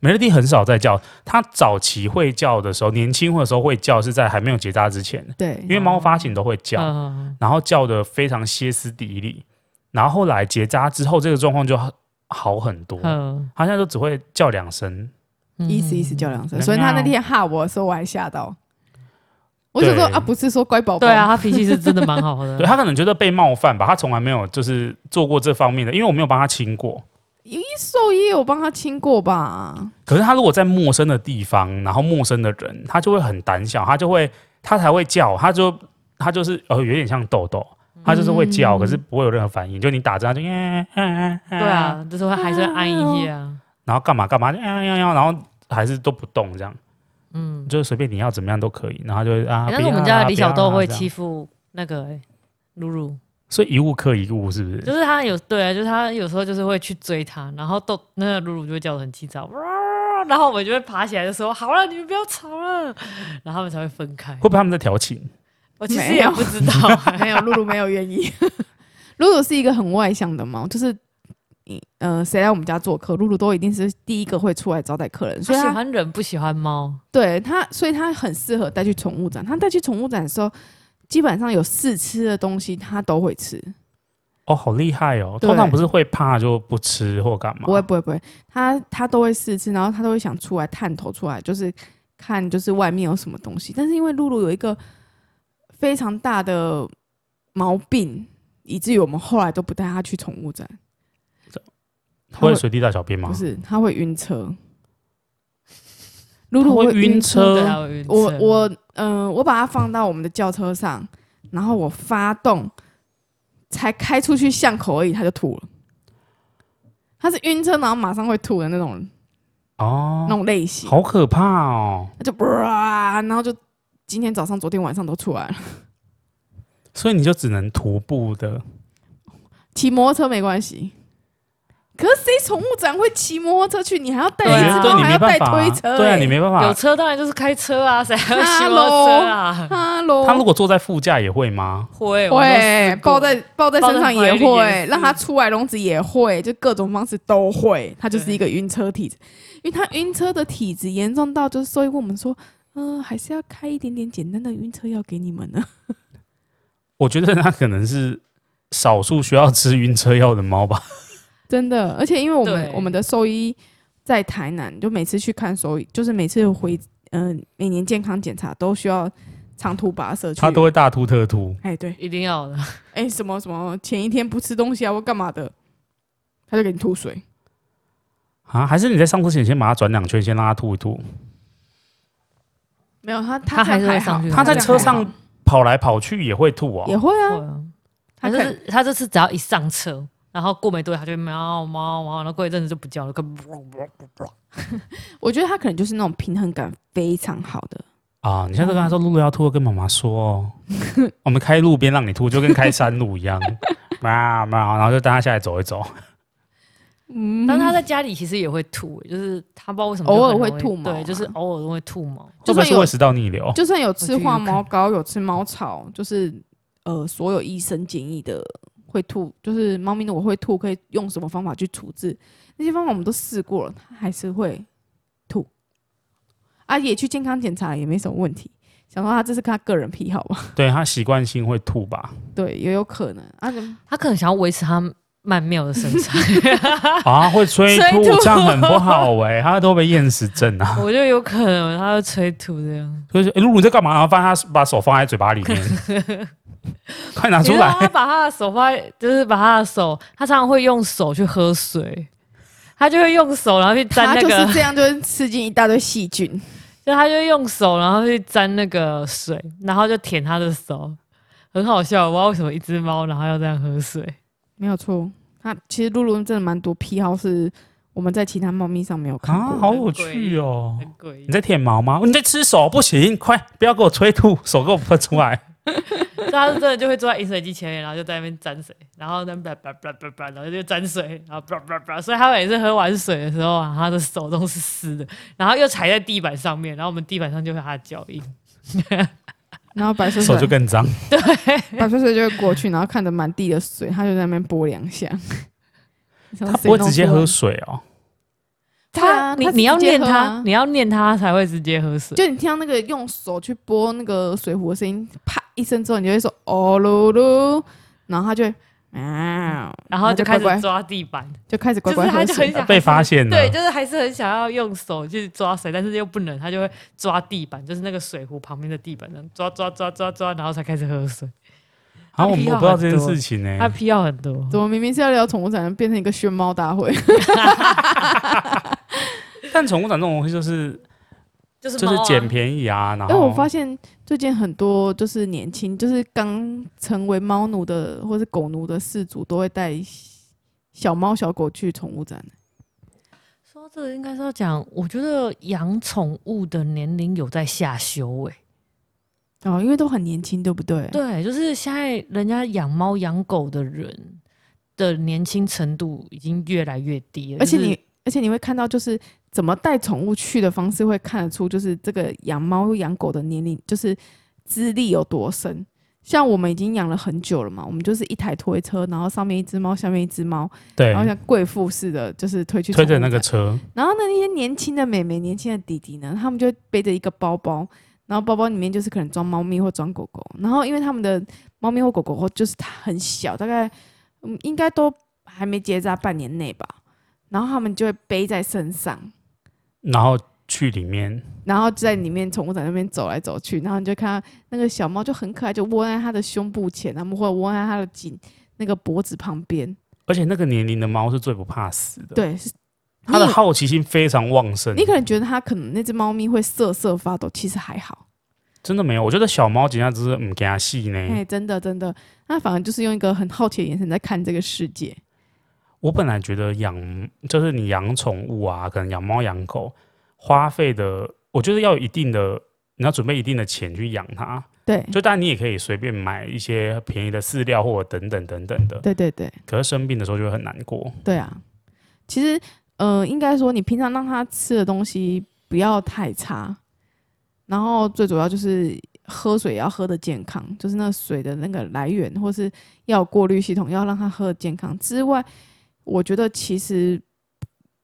美乐蒂很少在叫，它早期会叫的时候，年轻或者时候会叫是在还没有结扎之前，露露会因对，为猫发情都会叫，嗯，然后叫的非常歇斯底里，然后后来结扎之后，这个状况就好好很多，嗯它现在就只会叫两声，意思意思叫两声，嗯所以他那天吓我的时候，我还吓到。我就对说啊，不是说乖宝宝，对啊，，他脾气是真的蛮好的。对它可能觉得被冒犯吧，它从来没有就是做过这方面的，因为我没有帮它亲过，兽医有帮他亲过吧？可是它如果在陌生的地方，然后陌生的人，它就会很胆小，它就会它才会叫，它就它就是呃有点像豆豆。它就是会叫，嗯可是不会有任何反应。就你打针，它就耶，啊对，啊，这时候还是会安一下啊。然后干嘛干嘛，就哎呀呀呀，然后还是都不动这样，嗯，就是随便你要怎么样都可以。然后就会啊，欸不但是要我们啦家的李不要小豆啦会这样欺负那个欸露露，所以一物克一物，是不？就是是他有对啊，就是他有时候就是会去追他，然后豆那个露露就会叫的很急躁，哇，然后我们就会爬起来就说好了，你们不要吵了，然后他们才会分开会。不会他们在调情？我其实没也有不知道 欸， 没有，露露没有愿意。露露是一个很外向的猫，就是你呃，谁来我们家做客，露露都一定是第一个会出来招待客人，他所以喜她欢人不喜欢猫，嗯对它，所以它很适合带去宠物展。它带去宠物展的时候，基本上有试吃的东西它都会吃。哦，好厉害哦！对通常不是会怕就不吃或干嘛？不会不会不会，它它都会试吃，然后它都会想出来探头出来，就是看就是外面有什么东西。但是因为露露有一个非常大的毛病，以至于我们后来都不带它去宠物展。它会随地大小便吗不？是，它会晕车。露它露会晕晕车对他会晕我车我嗯、呃我把它放到我们的轿车上，然后我发动，才开出去巷口而已，它就吐了。它是晕车，然后马上会吐的那种那哦，种类型，好可怕哦！它就哇，然后就今天早上、昨天晚上都出来了。所以你就只能徒步的，骑摩托车没关系，可是谁宠物展会骑摩托车去？你还要带对啊一只对猫，你还没要办带法推啊，车、欸哎对啊，你没办有法。车当然就是开车啊，谁还会骑摩 Hello 托车啊？哈喽，他如果坐在副驾也会吗？会我们都会试过抱在抱在身上也抱在怀里也会，是让它出来笼子也会，就各种方式都会。它就是一个晕车体质，因为它晕车的体质严重到就是所以我们说，嗯、还是要开一点点简单的晕车药给你们呢。 我觉得他可能是少数需要吃晕车药的猫吧。真的，而且因为我们对我们的兽医在台南，就每次去看兽医，就是每次回嗯、每年健康检查都需要长途跋涉 去。它都会大吐特吐，哎对，一定要的，哎、什么什么前一天不吃东西啊或干嘛的，他就给你吐水。啊，还是你在上车前先把它转两圈，先让它吐一吐，没有他他他还是会好上去它在这样车还好上跑来跑去也会吐也哦。会啊，会啊。他他就可是他这次只要一上车，然后过没多久他就喵喵喵，然后过一阵子就不叫了，跟我觉得他可能就是那种平衡感非常好的，啊，你下次跟他说露露要吐，跟妈妈说 哦，我们开路边让你吐，就跟开山路一样， 喵喵，然后就带它下来走一走。嗯但是他在家里其实也会吐，就是他不知道为什么偶尔就很会容易吐毛对，嘛就是偶尔都会吐毛。会就不会算是有胃食道逆流？就算有吃我觉得有化可毛膏，有吃猫草，就是呃，所有医生建议的会吐，就是猫咪如果会吐，可以用什么方法去处置？那些方法我们都试过了，它还是会吐，啊，也去健康检查了也没什么问题。想说他啊这是看他个人癖好吧？ 对，它习惯性会吐吧？对，也有可能啊。人他可能想要维持他曼妙的身 材，啊，会催催吐，吐这样很不好哎、它都被厌食症啊。我觉得有可能他会催吐这样。就是、欸、露露你在干嘛？然后发现它把手放在嘴巴里面， 快拿啊你出知道啊他来！把他的手放在，就是把他的手，他常常会用手去喝水，他就会用手然后去沾他那就个，是这样，就是吃进一大堆细菌。就他就会用手，然后去沾那个水，然后就舔他的手，很好笑。我不知道为什么一只猫然后要这样喝水，没有错，他其实露露真的蛮多癖好是我们在其他猫咪上没有看过啊，的。好有趣哦！很贵你。在舔毛吗？你在吃手不行，快不要给我催吐，手给我喷出 来。所以他是真的就会坐在饮水机前面，然后就在那边沾水，然后在那边叭叭叭叭叭，然后就沾水，然后叭叭叭。所以他每次喝完水的时候啊，他的手都是湿的，然后又踩在地板上面，然后我们地板上就会有他的脚印。然后白水手就水，更脏。 白水水就会过去，然后看着满地的水，它就在那边拨 两下。它不会直接喝水哦。对啊你他你要直接念喝他啊，你要念他才会直接喝水。就你听到那个用手去拨那个水壶的声音，啪一声之后，你就会说哦噜噜，然后它就会喵，然后就乖开始乖抓地板，就开始乖就乖是他喝就很水。想被还是发现啊了对，就是还是很想要用手去抓水，但是又不能，他就会抓地板，就是那个水壶旁边的地板上抓抓抓抓抓，然后才开始喝水。然后啊我它屁们我要不知道很这件多事情欸呢、他批要很多，怎么明明是要聊宠物展，变成一个炫猫大会？但宠物展这种东西就是就是就是猫啊捡便宜啊，然因为后我发现最近很多就是年轻，就是刚成为猫奴的或是狗奴的饲主，都会带小猫小狗去宠物展。说到这个应该是要讲，我觉得养宠物的年龄有在下修诶、哦，因为都很年轻，对不对？对，就是现在人家养猫养狗的人的年轻程度已经越来越低了，而且就是你，而且你会看到，就是怎么带宠物去的方式，会看得出就是这个养猫养狗的年龄，就是资历有多深。像我们已经养了很久了嘛，我们就是一台推车，然后上面一只猫，下面一只猫，对然后像贵妇似的，就是推去推着宠物那个展车，然后呢，那些年轻的妹妹、年轻的弟弟呢，他们就背着一个包包，然后包包里面就是可能装猫咪或装狗狗。然后因为他们的猫咪或狗狗就是它很小，大概嗯应该都还没结扎半年内吧。然后他们就会背在身上，然后去里面，然后在里面宠物展那边走来走去，然后你就看到那个小猫就很可爱，就窝在它的胸部前，然后或者窝在它的颈那个脖子旁边。而且那个年龄的猫是最不怕死的，对，是它的你好奇心非常旺盛。你可能觉得它可能那只猫咪会瑟瑟发抖，其实还好。真的没有，我觉得小猫简直是唔给它戏哎、呢。真的真的，那反而就是用一个很好奇的眼神在看这个世界。我本来觉得养就是你养宠物啊，可能养猫养狗，花费的我觉得要有一定的，你要准备一定的钱去养它。对，就当然你也可以随便买一些便宜的饲料或者等等等等的，对对对可是生病的时候就会很难过。对啊！其实，呃，应该说你平常让它吃的东西不要太差，然后最主要就是喝水也要喝的健康，就是那水的那个来源或是要有过滤系统，要让它喝的健康之外，我觉得其实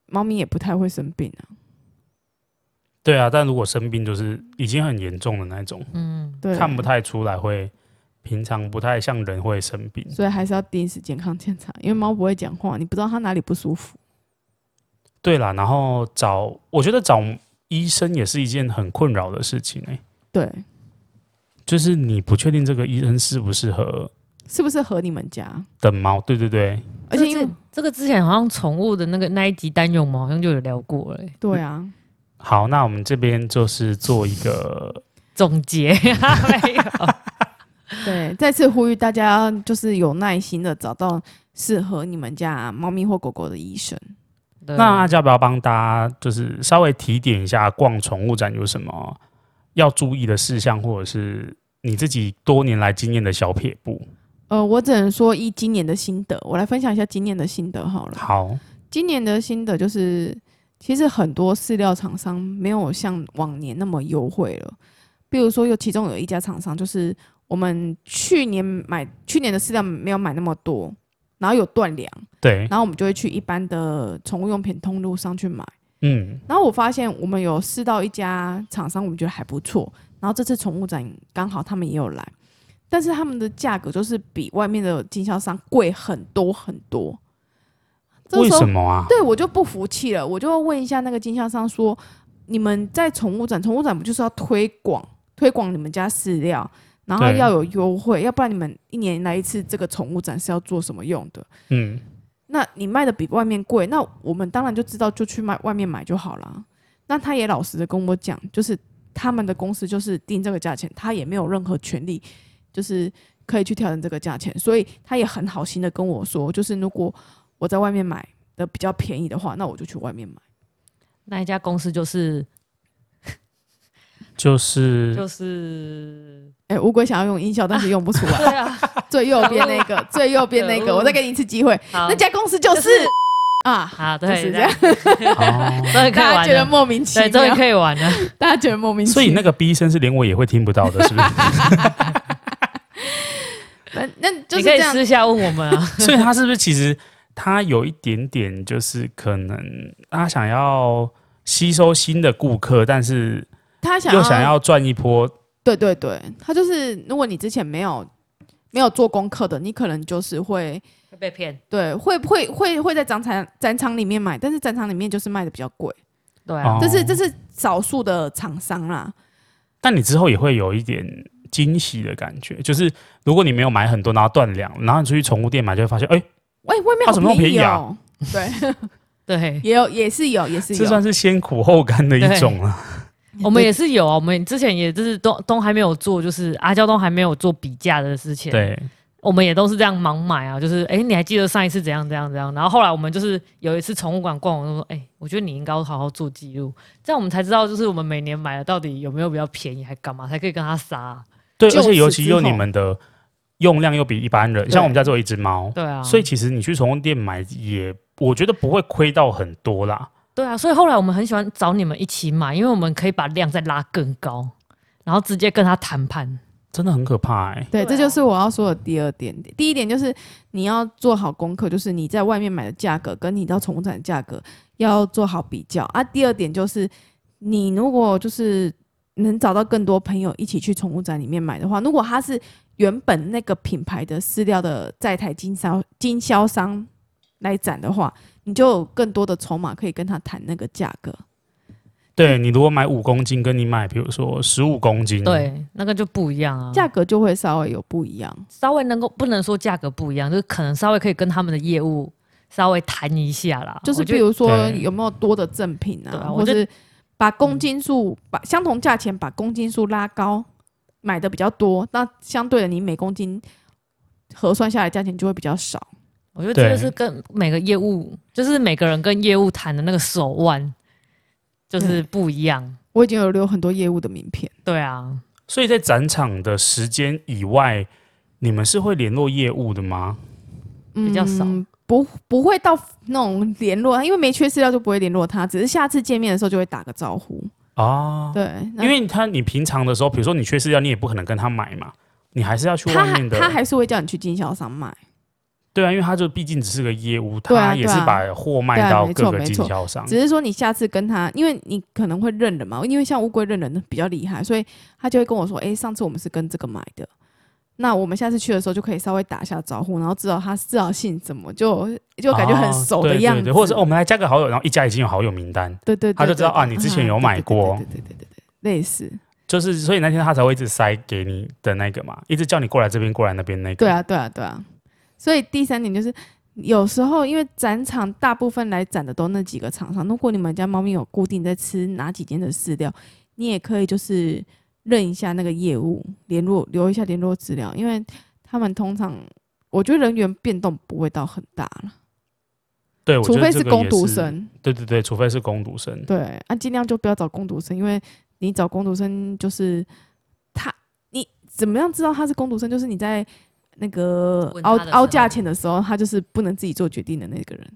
猫咪也不太会生病啊。对啊，但如果生病就是已经很严重的那种，嗯，对，啊看不太出来会，平常不太像人会生病。所以还是要定时健康检查，因为猫不会讲话，你不知道它哪里不舒服。对啦，然后找我觉得找医生也是一件很困扰的事情哎、对，就是你不确定这个医生适不适合是不是合你们家？的猫。对对对，而且因为这这个之前好像宠物的那个那一集单元我们好像就有聊过了、欸对啊，好，那我们这边就是做一个，总结 没有。 对，再次呼吁大家，就是有耐心的找到适合你们家猫咪或狗狗的医生。呃对那阿娇不要帮大家就是稍微提点一下逛宠物展有什么要注意的事项，或者是你自己多年来经验的小撇步。呃，我只能说一今年的心得，我来分享一下今年的心得好了。好，今年的心得就是，其实很多饲料厂商没有像往年那么优惠了。比如说，有其中有一家厂商，就是我们去年买去年的饲料没有买那么多，然后有断粮，对，然后我们就会去一般的宠物用品通路上去买。嗯，然后我发现我们有试到一家厂商，我们觉得还不错。然后这次宠物展刚好他们也有来，但是他们的价格就是比外面的经销商贵很多很多。这个为时候什么啊？对我就不服气了，我就问一下那个经销商说：“你们在宠物展，宠物展不就是要推广推广你们家饲料，然后对要有优惠，要不然你们一年来一次这个宠物展是要做什么用的？嗯，那你卖的比外面贵，那我们当然就知道就去卖外面买就好啦。那他也老实的跟我讲，就是他们的公司就是定这个价钱，他也没有任何权利，就是可以去调整这个价钱，所以他也很好心的跟我说，就是如果我在外面买的比较便宜的话，那我就去外面买。那一家公司就是就是就是哎、乌龟想要用音效，但是用不出 来。对啊，最右边那个，最右边那可个，恶我再给你一次机会。好那家公司就是就是啊，好就对是这样，。哦，终于可以大家玩觉得了，莫名其对，终于妙，可以 玩了。大家觉得莫名其妙。所以那个逼声是连我也会听不到的，是不是？那那就你是可这以样。私下问我们 啊。所以他是不是其实他有一点点就是可能他想要吸收新的顾客，但是他想又想要赚一波，哦对对对，他就是如果你之前没有没有做功课的，你可能就是会被骗，对会会会会在展场展场里面买，但是展场里面就是卖的比较贵，对啊哦，这是这是少数的厂商啦。但你之后也会有一点惊喜的感觉，就是如果你没有买很多，然后断粮，然后你出去宠物店买，就会发现，哎、喂，外啊面好怎么那么便便宜宜啊哦。对， 对，也有也是有也是这算有，是先苦后甘的一种啊了。我们也是有啊，我们之前也就是东东还没有做，就是阿娇东还没有做比价的事情，，对，我们也都是这样盲买啊，就是哎、诶你还记得上一次怎样怎样怎样？然后后来我们就是有一次宠物馆逛，我就说，哎、我觉得你应该要好好做记录，这样我们才知道就是我们每年买的到底有没有比较便宜，还干嘛才可以跟他杀啊、对，就而且尤此其之又你后们的用量又比一般人，对像我们家只有一只猫，对啊，所以其实你去宠物店买也，我觉得不会亏到很多啦。对啊，所以后来我们很喜欢找你们一起买，因为我们可以把量再拉更高，然后直接跟他谈判。真的很可怕哎、对，对这啊就是我要说的第二点。第一点就是你要做好功课，就是你在外面买的价格跟你到宠物展的价格要做好比较啊。第二点就是你如果就是能找到更多朋友一起去宠物展里面买的话，如果它是原本那个品牌的饲料的在台经销经销商来展的话，你就有更多的筹码可以跟他谈那个价格。对你如果买五公斤，跟你买比如说十五公斤，，对，那个就不一样啊，价格就会稍微有不一样，稍微能够不能说价格不一样，就是可能稍微可以跟他们的业务稍微谈一下啦。就是我觉比得如说对有没有多的赠品对啊啊，我或觉得嗯是把公斤数、把相同价钱把公斤数拉高，买的比较多，那相对的你每公斤核算下来价钱就会比较少。我觉得这个对是跟每个业务，就是每个人跟业务谈的那个手腕，就是不一样。我已经有留很多业务的名片，对啊，所以在展场的时间以外，你们是会联络业务的吗？比较少嗯不不会到那种联络，因为没缺饲料就不会联络他，只是下次见面的时候就会打个招呼。哦，对，那因为他你平常的时候，比如说你缺饲料，你也不可能跟他买嘛，你还是要去他外面还的。他还是会叫你去经销商买。对啊，因为他就毕竟只是个业务，对啊他也是对啊把货对卖啊到没各错个没经错销商。只是说你下次跟他，因为你可能会认人嘛，因为像乌龟认人比较厉害，所以他就会跟我说：“哎、上次我们是跟这个买的，那我们下次去的时候就可以稍微打一下招呼，然后知道他知道姓什么，就就感觉很哦熟的对样子。对对，或者是、哦我们来加个好友，然后一加已经有好友名单，对对对，他就知道对对啊你之前有买过对对对对对对对，类似，就是所以那天他才会一直塞给你的那个嘛，一直叫你过来这边，过来那边那个。对，啊对啊对啊。所以第三点就是。有时候，因为展场大部分来展的都那几个厂商。如果你们家猫咪有固定在吃哪几间的饲料，你也可以就是认一下那个业务，联络留一下联络资料，因为他们通常我觉得人员变动不会到很大了，对，我觉除得非这个工也读是。生。对对对，除非是工读嗯生。对，啊，尽量就不要找工读生，因为你找工读生就是他，你怎么样知道他是工读生？就是你在那个问他凹的时候凹价钱的时候，他就是不能自己做决定的那个人。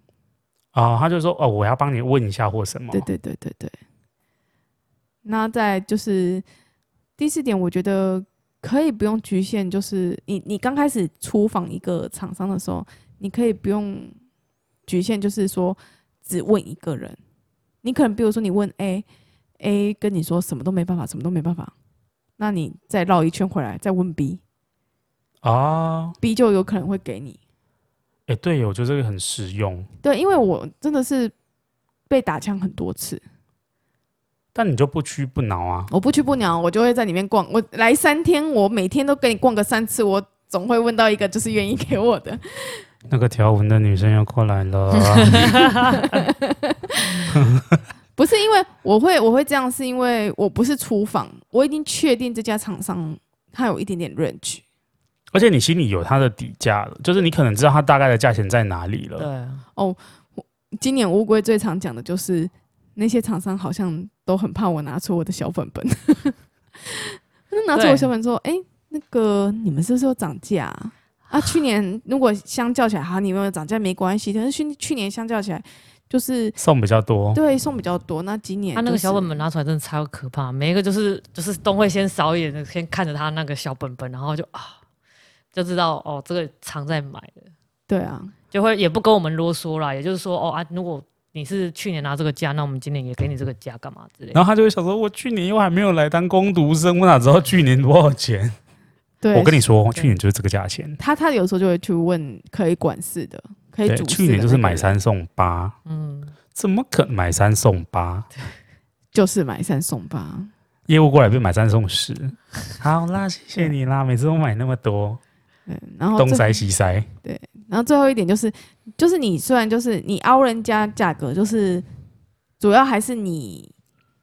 啊、他就说哦，我要帮你问一下或什么。对对对对对。那再就是第四点，我觉得可以不用局限，就是你你刚开始出访一个厂商的时候，你可以不用局限，就是说只问一个人。你可能比如说你问 A，A 跟你说什么都没办法，什么都没办法，那你再绕一圈回来再问 B，B 啊，就有可能会给你。哎、对，我觉得这个很实用。对，因为我真的是被打枪很多次，但你就不屈不挠啊，我不去不鸟，我就会在里面逛。我来三天，我每天都跟你逛个三次，我总会问到一个就是愿意给我的。 那个条纹的女生要过来了。不是因为我会我会这样，是因为我不是出访，我已经确定这家厂商它有一点点 range。而且你心里有它的底价了，就是你可能知道它大概的价钱在哪里对了。啊，今年乌龟最常讲的就是那些厂商好像都很怕我拿出我的小本本， 那拿出我小本本 说，哎、那个你们是不是有涨价啊？啊，去年如果相较起来，哈，你们有涨价没关系，但是去去年相较起来，就是送比较多，对送比较多，那今年、他啊那个小本本，拿出来真的超可怕，每一个就是就是都会先扫一眼，先看着他那个小本本，然后就啊就知道哦，这个常在买的，对啊，就会也不跟我们啰嗦啦，也就是说哦啊，如果你是去年拿这个价，那我们今年也给你这个价干嘛之类的。然后他就会想说，我去年又还没有来当工读生，我哪知道去年多少钱？对，我跟你说，去年就是这个价钱。他他有时候就会去问可以管事的，可以对主，事去年的就是那个买人，三送八，嗯，怎么可能买三送八？就是买三送八。业务过来被买三送十。好啦，谢谢你啦，每次都买那么多，嗯，然后东最塞西塞，然后最后一点就是，就是你虽然就是你凹人家价格，就是主要还是你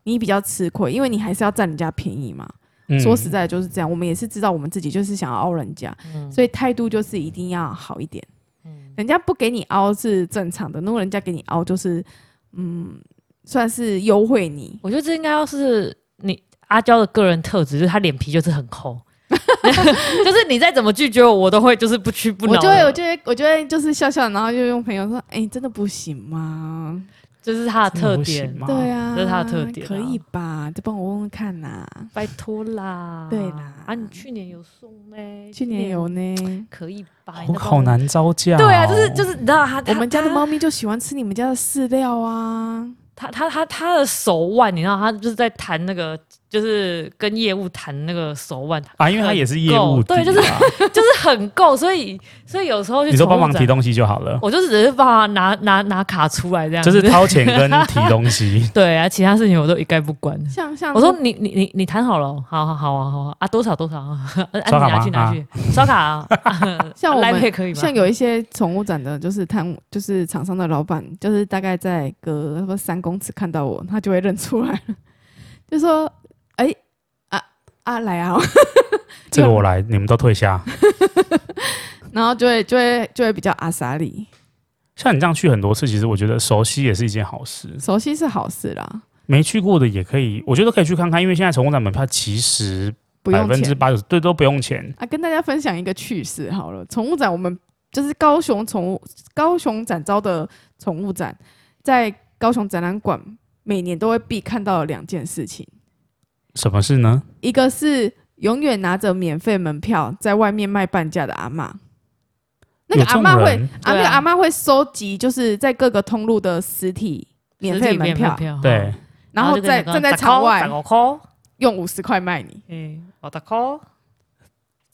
你比较吃亏，因为你还是要占人家便宜嘛。嗯说实在就是这样，我们也是知道我们自己就是想要凹人家，嗯所以态度就是一定要好一点。人家不给你凹是正常的，如果人家给你凹就是嗯，算是优惠你。我觉得这应该要是你阿娇的个人特质，就是她脸皮就是很厚， 就是你再怎么拒绝我，我都会就是不屈不挠我的。就会，我就会，我就会就是笑笑，然后就用朋友说：“哎、真的不行吗？”就是她的特真的不点行，吗对啊，这是他的特点啊可以吧？就帮我问问看呐、拜托啦。对啦啊，你去年有送呢？去年有呢。可以吧？好好。难招架哦。对啊，就是就是，你知道他我们家的猫咪就喜欢吃你们家的饲料啊，他他他他的手腕，你知道他就是在谈那个，就是跟业务谈那个手腕，啊，因为他也是业务很底够啊，对就是就是很够，所以所以有时候去 你说帮忙宠物展提东西就好了，我就只是帮他拿拿拿卡出来这样就子，。是掏钱跟提东西 对啊，其他事情我都一概不管。像像我说你你你你谈好了哦，好好好啊好啊啊多少多少 啊，啊你刷卡吗拿去拿去刷卡啊，像我来配们可以吗？像有一些宠物展的，就是摊就是厂商的老板，就是大概在隔什么三公尺看到我，他就会认出来了，就说：“哎、啊啊来啊！”这个我来，你们都退下。 然后就会就会就会比较阿萨里，像你这样去很多次，其实我觉得熟悉也是一件好事。熟悉是好事啦，没去过的也可以，我觉得可以去看看，因为现在宠物展门票其实不百用分钱之。八九对都不用钱。啊，跟大家分享一个趣事好了。宠物展我们就是高雄宠物高雄展招的宠物展，在高雄展览馆每年都会必看到的两件事情，什么事呢？一个是永远拿着免费门票在外面卖半价的阿嬷，那个有这阿种嬷会人啊，那对个啊阿嬷会收集，就是在各个通路的实体免实费体门票，票对，然后就跟在你说站在10场外块15块用五十块卖你。嗯，我的扣，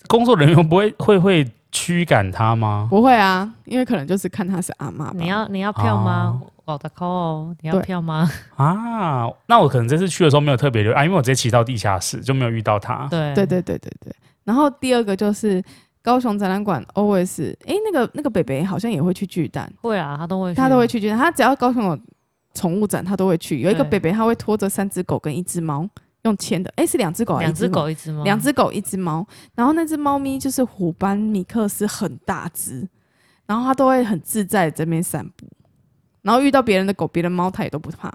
工作人员不会会会驱赶他吗？不会啊，因为可能就是看她是阿嬷吧。你要你要票吗？我的扣，你要啊哦对票 吗？啊，那我可能这次去的时候没有特别留意啊，因为我直接骑到地下室就没有遇到他。对对对对对对。然后第二个就是高雄展览馆 always，哎、那个那个北北好像也会去巨蛋，会啊，他都会他都会去巨蛋，他只要高雄有宠物展，他都会去。有一个对北北他会拖着三只狗跟一只猫，用牵的，哎、是两只狗，两只，狗一只吗？两只狗一只猫。然后那只猫咪就是虎斑米克斯，很大只，然后它都会很自在地这边散步，然后遇到别人的狗、别人猫，它也都不怕。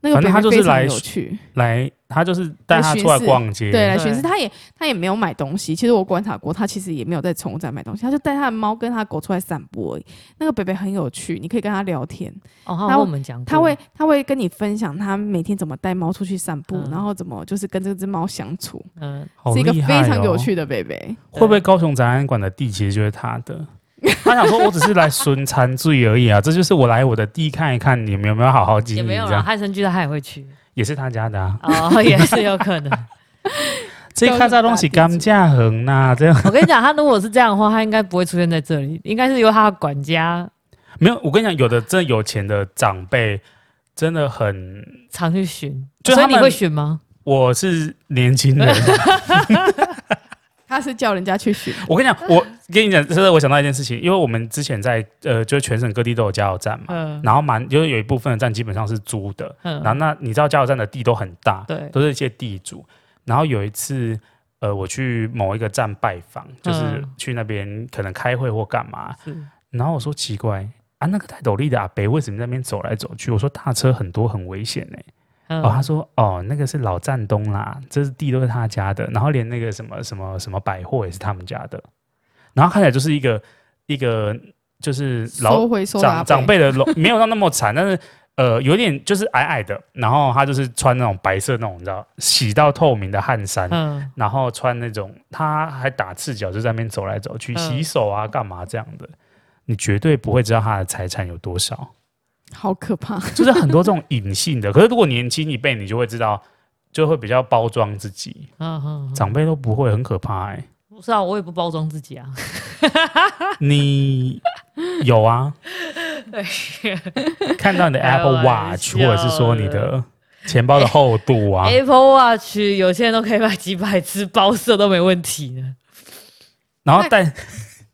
那个反正北它北就是非常来有趣。来，他就是带他出来逛街。对，来对巡视，他也他也没有买东西。其实我观察过，他其实也没有在宠物展买东西，他就带他的猫跟他的狗出来散步而已。那个北北很有趣，你可以跟他聊天，哦，他有跟他会我们讲过，他会他会跟你分享他每天怎么带猫出去散步，嗯然后怎么就是跟这只猫相处，嗯，好是一个厉非害哦常有。趣的北北。会不会高雄展览馆的地其实就是他的？他想说，我只是来损残醉而已啊，这就是我来我的地看一看，你们有没有好好经也营？这没有啦，样汉生巨蛋他也会去，也是他家的啊。哦，也是有可能。这看这东西干架横呐，这样我跟你讲，他如果是这样的话，他应该不会出现在这里，应该是由他的管家没有。我跟你讲，有的真的有钱的长辈真的很，常去巡。就所他以你们会巡吗？我是年轻人，他是叫人家去巡，我跟你讲，我跟你讲，真的，我想到一件事情，因为我们之前在呃，就是全省各地都有加油站嘛，嗯然后蛮就是有一部分的站基本上是租的，然后嗯，那你知道加油站的地都很大，对，都是一些地主。然后有一次，呃，我去某一个站拜访，就是嗯去那边可能开会或干嘛，是然后我说奇怪，啊，那个戴斗笠的阿伯为什么在那边走来走去？我说大车很多，很危险呢、嗯哦，他说哦，那个是老战东啦，这是地都是他家的，然后连那个什么什么什么百货也是他们家的，然后看起来就是一个一个就是老收回收的长阿伯长辈的容，没有到那么惨，但是呃有点就是矮矮的，然后他就是穿那种白色那种你知道洗到透明的汗衫，嗯然后穿那种他还打赤脚就在那边走来走去，嗯洗手啊干嘛这样的，你绝对不会知道他的财产有多少。好可怕。 就是很多这种隐性的。可是如果年轻一辈，你就会知道，就会比较包装自己。嗯嗯，长辈都不会，很可怕哎、不是啊，我也不包装自 己啊。 你有啊？看到你的 Apple 开玩 Watch，笑或者是说你的钱包的厚度啊， Apple Watch 有些人都可以买几百只，包色都没问题呢。然后带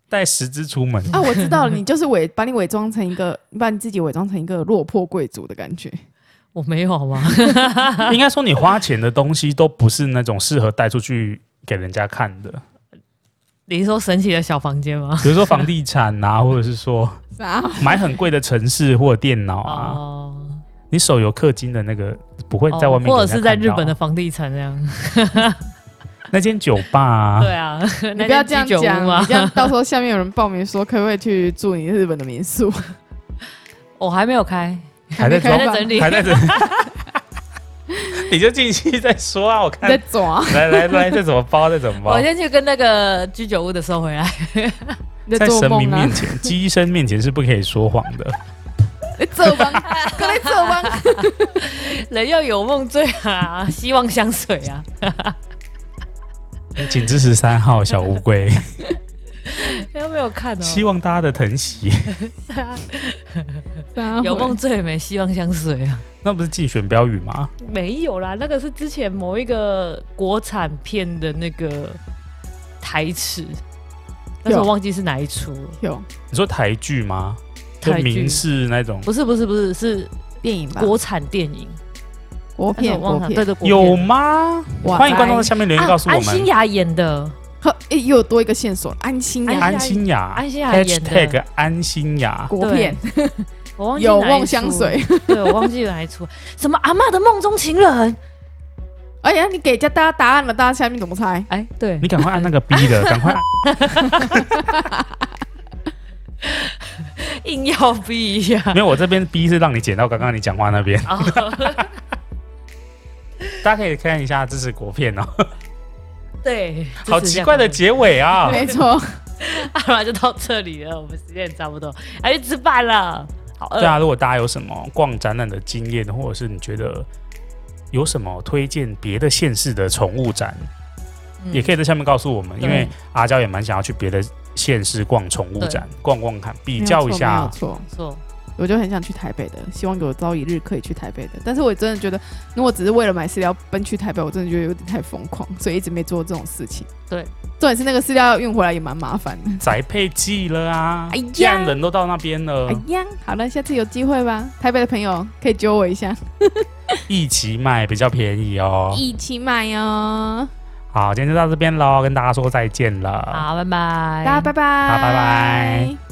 带十只出 门，啊，我知道了，你就是伪把你伪装成一个，把你自己伪装成一个落魄贵族的感觉。我没有好吗？应该说你花钱的东西都不是那种适合带出去给人家看的，你是说神奇的小房间吗？比如说房地产啊，或者 是啊说啥？买很贵的城市或者电脑啊。哦，你手游氪金的那个不会在外面给人家看到啊、或者是在日本的房地产这样。那间酒吧、 啊，对啊，你不要这样那间居酒讲，屋你吗？ 这样到时候下面有人报名说可不可以去住你日本的民宿，我还没有开，还 在还装在吧整理还。在这，你就进去再说啊！我你在看，抓，来来来，这怎么包？这怎么包我？先去跟那个居酒屋的收回来。 你在做神梦明啊面！ 前，鸡生面前是不可以说谎的。 你做梦，搁在做梦。啊人要有梦最 啊，希望香水啊。请支持三号小乌龟，有没有看希哦？望大家的疼惜。 啊有梦最美，希望香水啊。那不是竞选标语吗？没有啦，那个是之前某一个国产片的那个台词，但是我忘记是哪一出了。有你说台剧吗？就台剧民视那种不是不是不是是电影吧？国产电影，国但是片我忘国了对片，对国有片吗？哇欢迎观众在塞下面留言啊告诉我安心们。雅演的，呵，诶又有多一个线索，安心啊安呀，安心雅，安心雅演的 #hashtag 安心雅，国 片我忘记有哪一梦出香水，。 对我忘记哪一出，什么阿嬷的梦中情人， 哎呀，你给家大家答案了，大家下面怎么猜？哎，对你，赶快按那个 B 的，赶快按。硬要逼一下。没有，我这边 B 是让你剪到刚刚你讲话那边。哦，大家可以看一下支持国片哦，对，好奇怪的结。结尾啊！没错， 好啦，就到这里了，我们时间也差不多，要去吃饭了。好饿，对啊，如果大家有什么逛展览的经验，或者是你觉得有什么推荐别的县市的宠物展，嗯也可以在下面告诉我们，对因为阿娇也蛮想要去别的县市逛宠物展，逛逛看，比较一没有下。错，没有错不嗯错，我就很想去台北的，希望有朝一日可以去台北的。但是我真的觉得，如果只是为了买饲料奔去台北，我真的觉得有点太疯狂，所以一直没做这种事情。对，重点是那个饲料要运回来也蛮麻烦的。宅配寄了啊！哎呀既然人都到那边了，哎呀，好了，下次有机会吧，台北的朋友可以揪我一下，一起买比较便宜哦。一起买哦。好，今天就到这边喽，跟大家说再见了。好，拜拜，大家拜拜，好拜拜。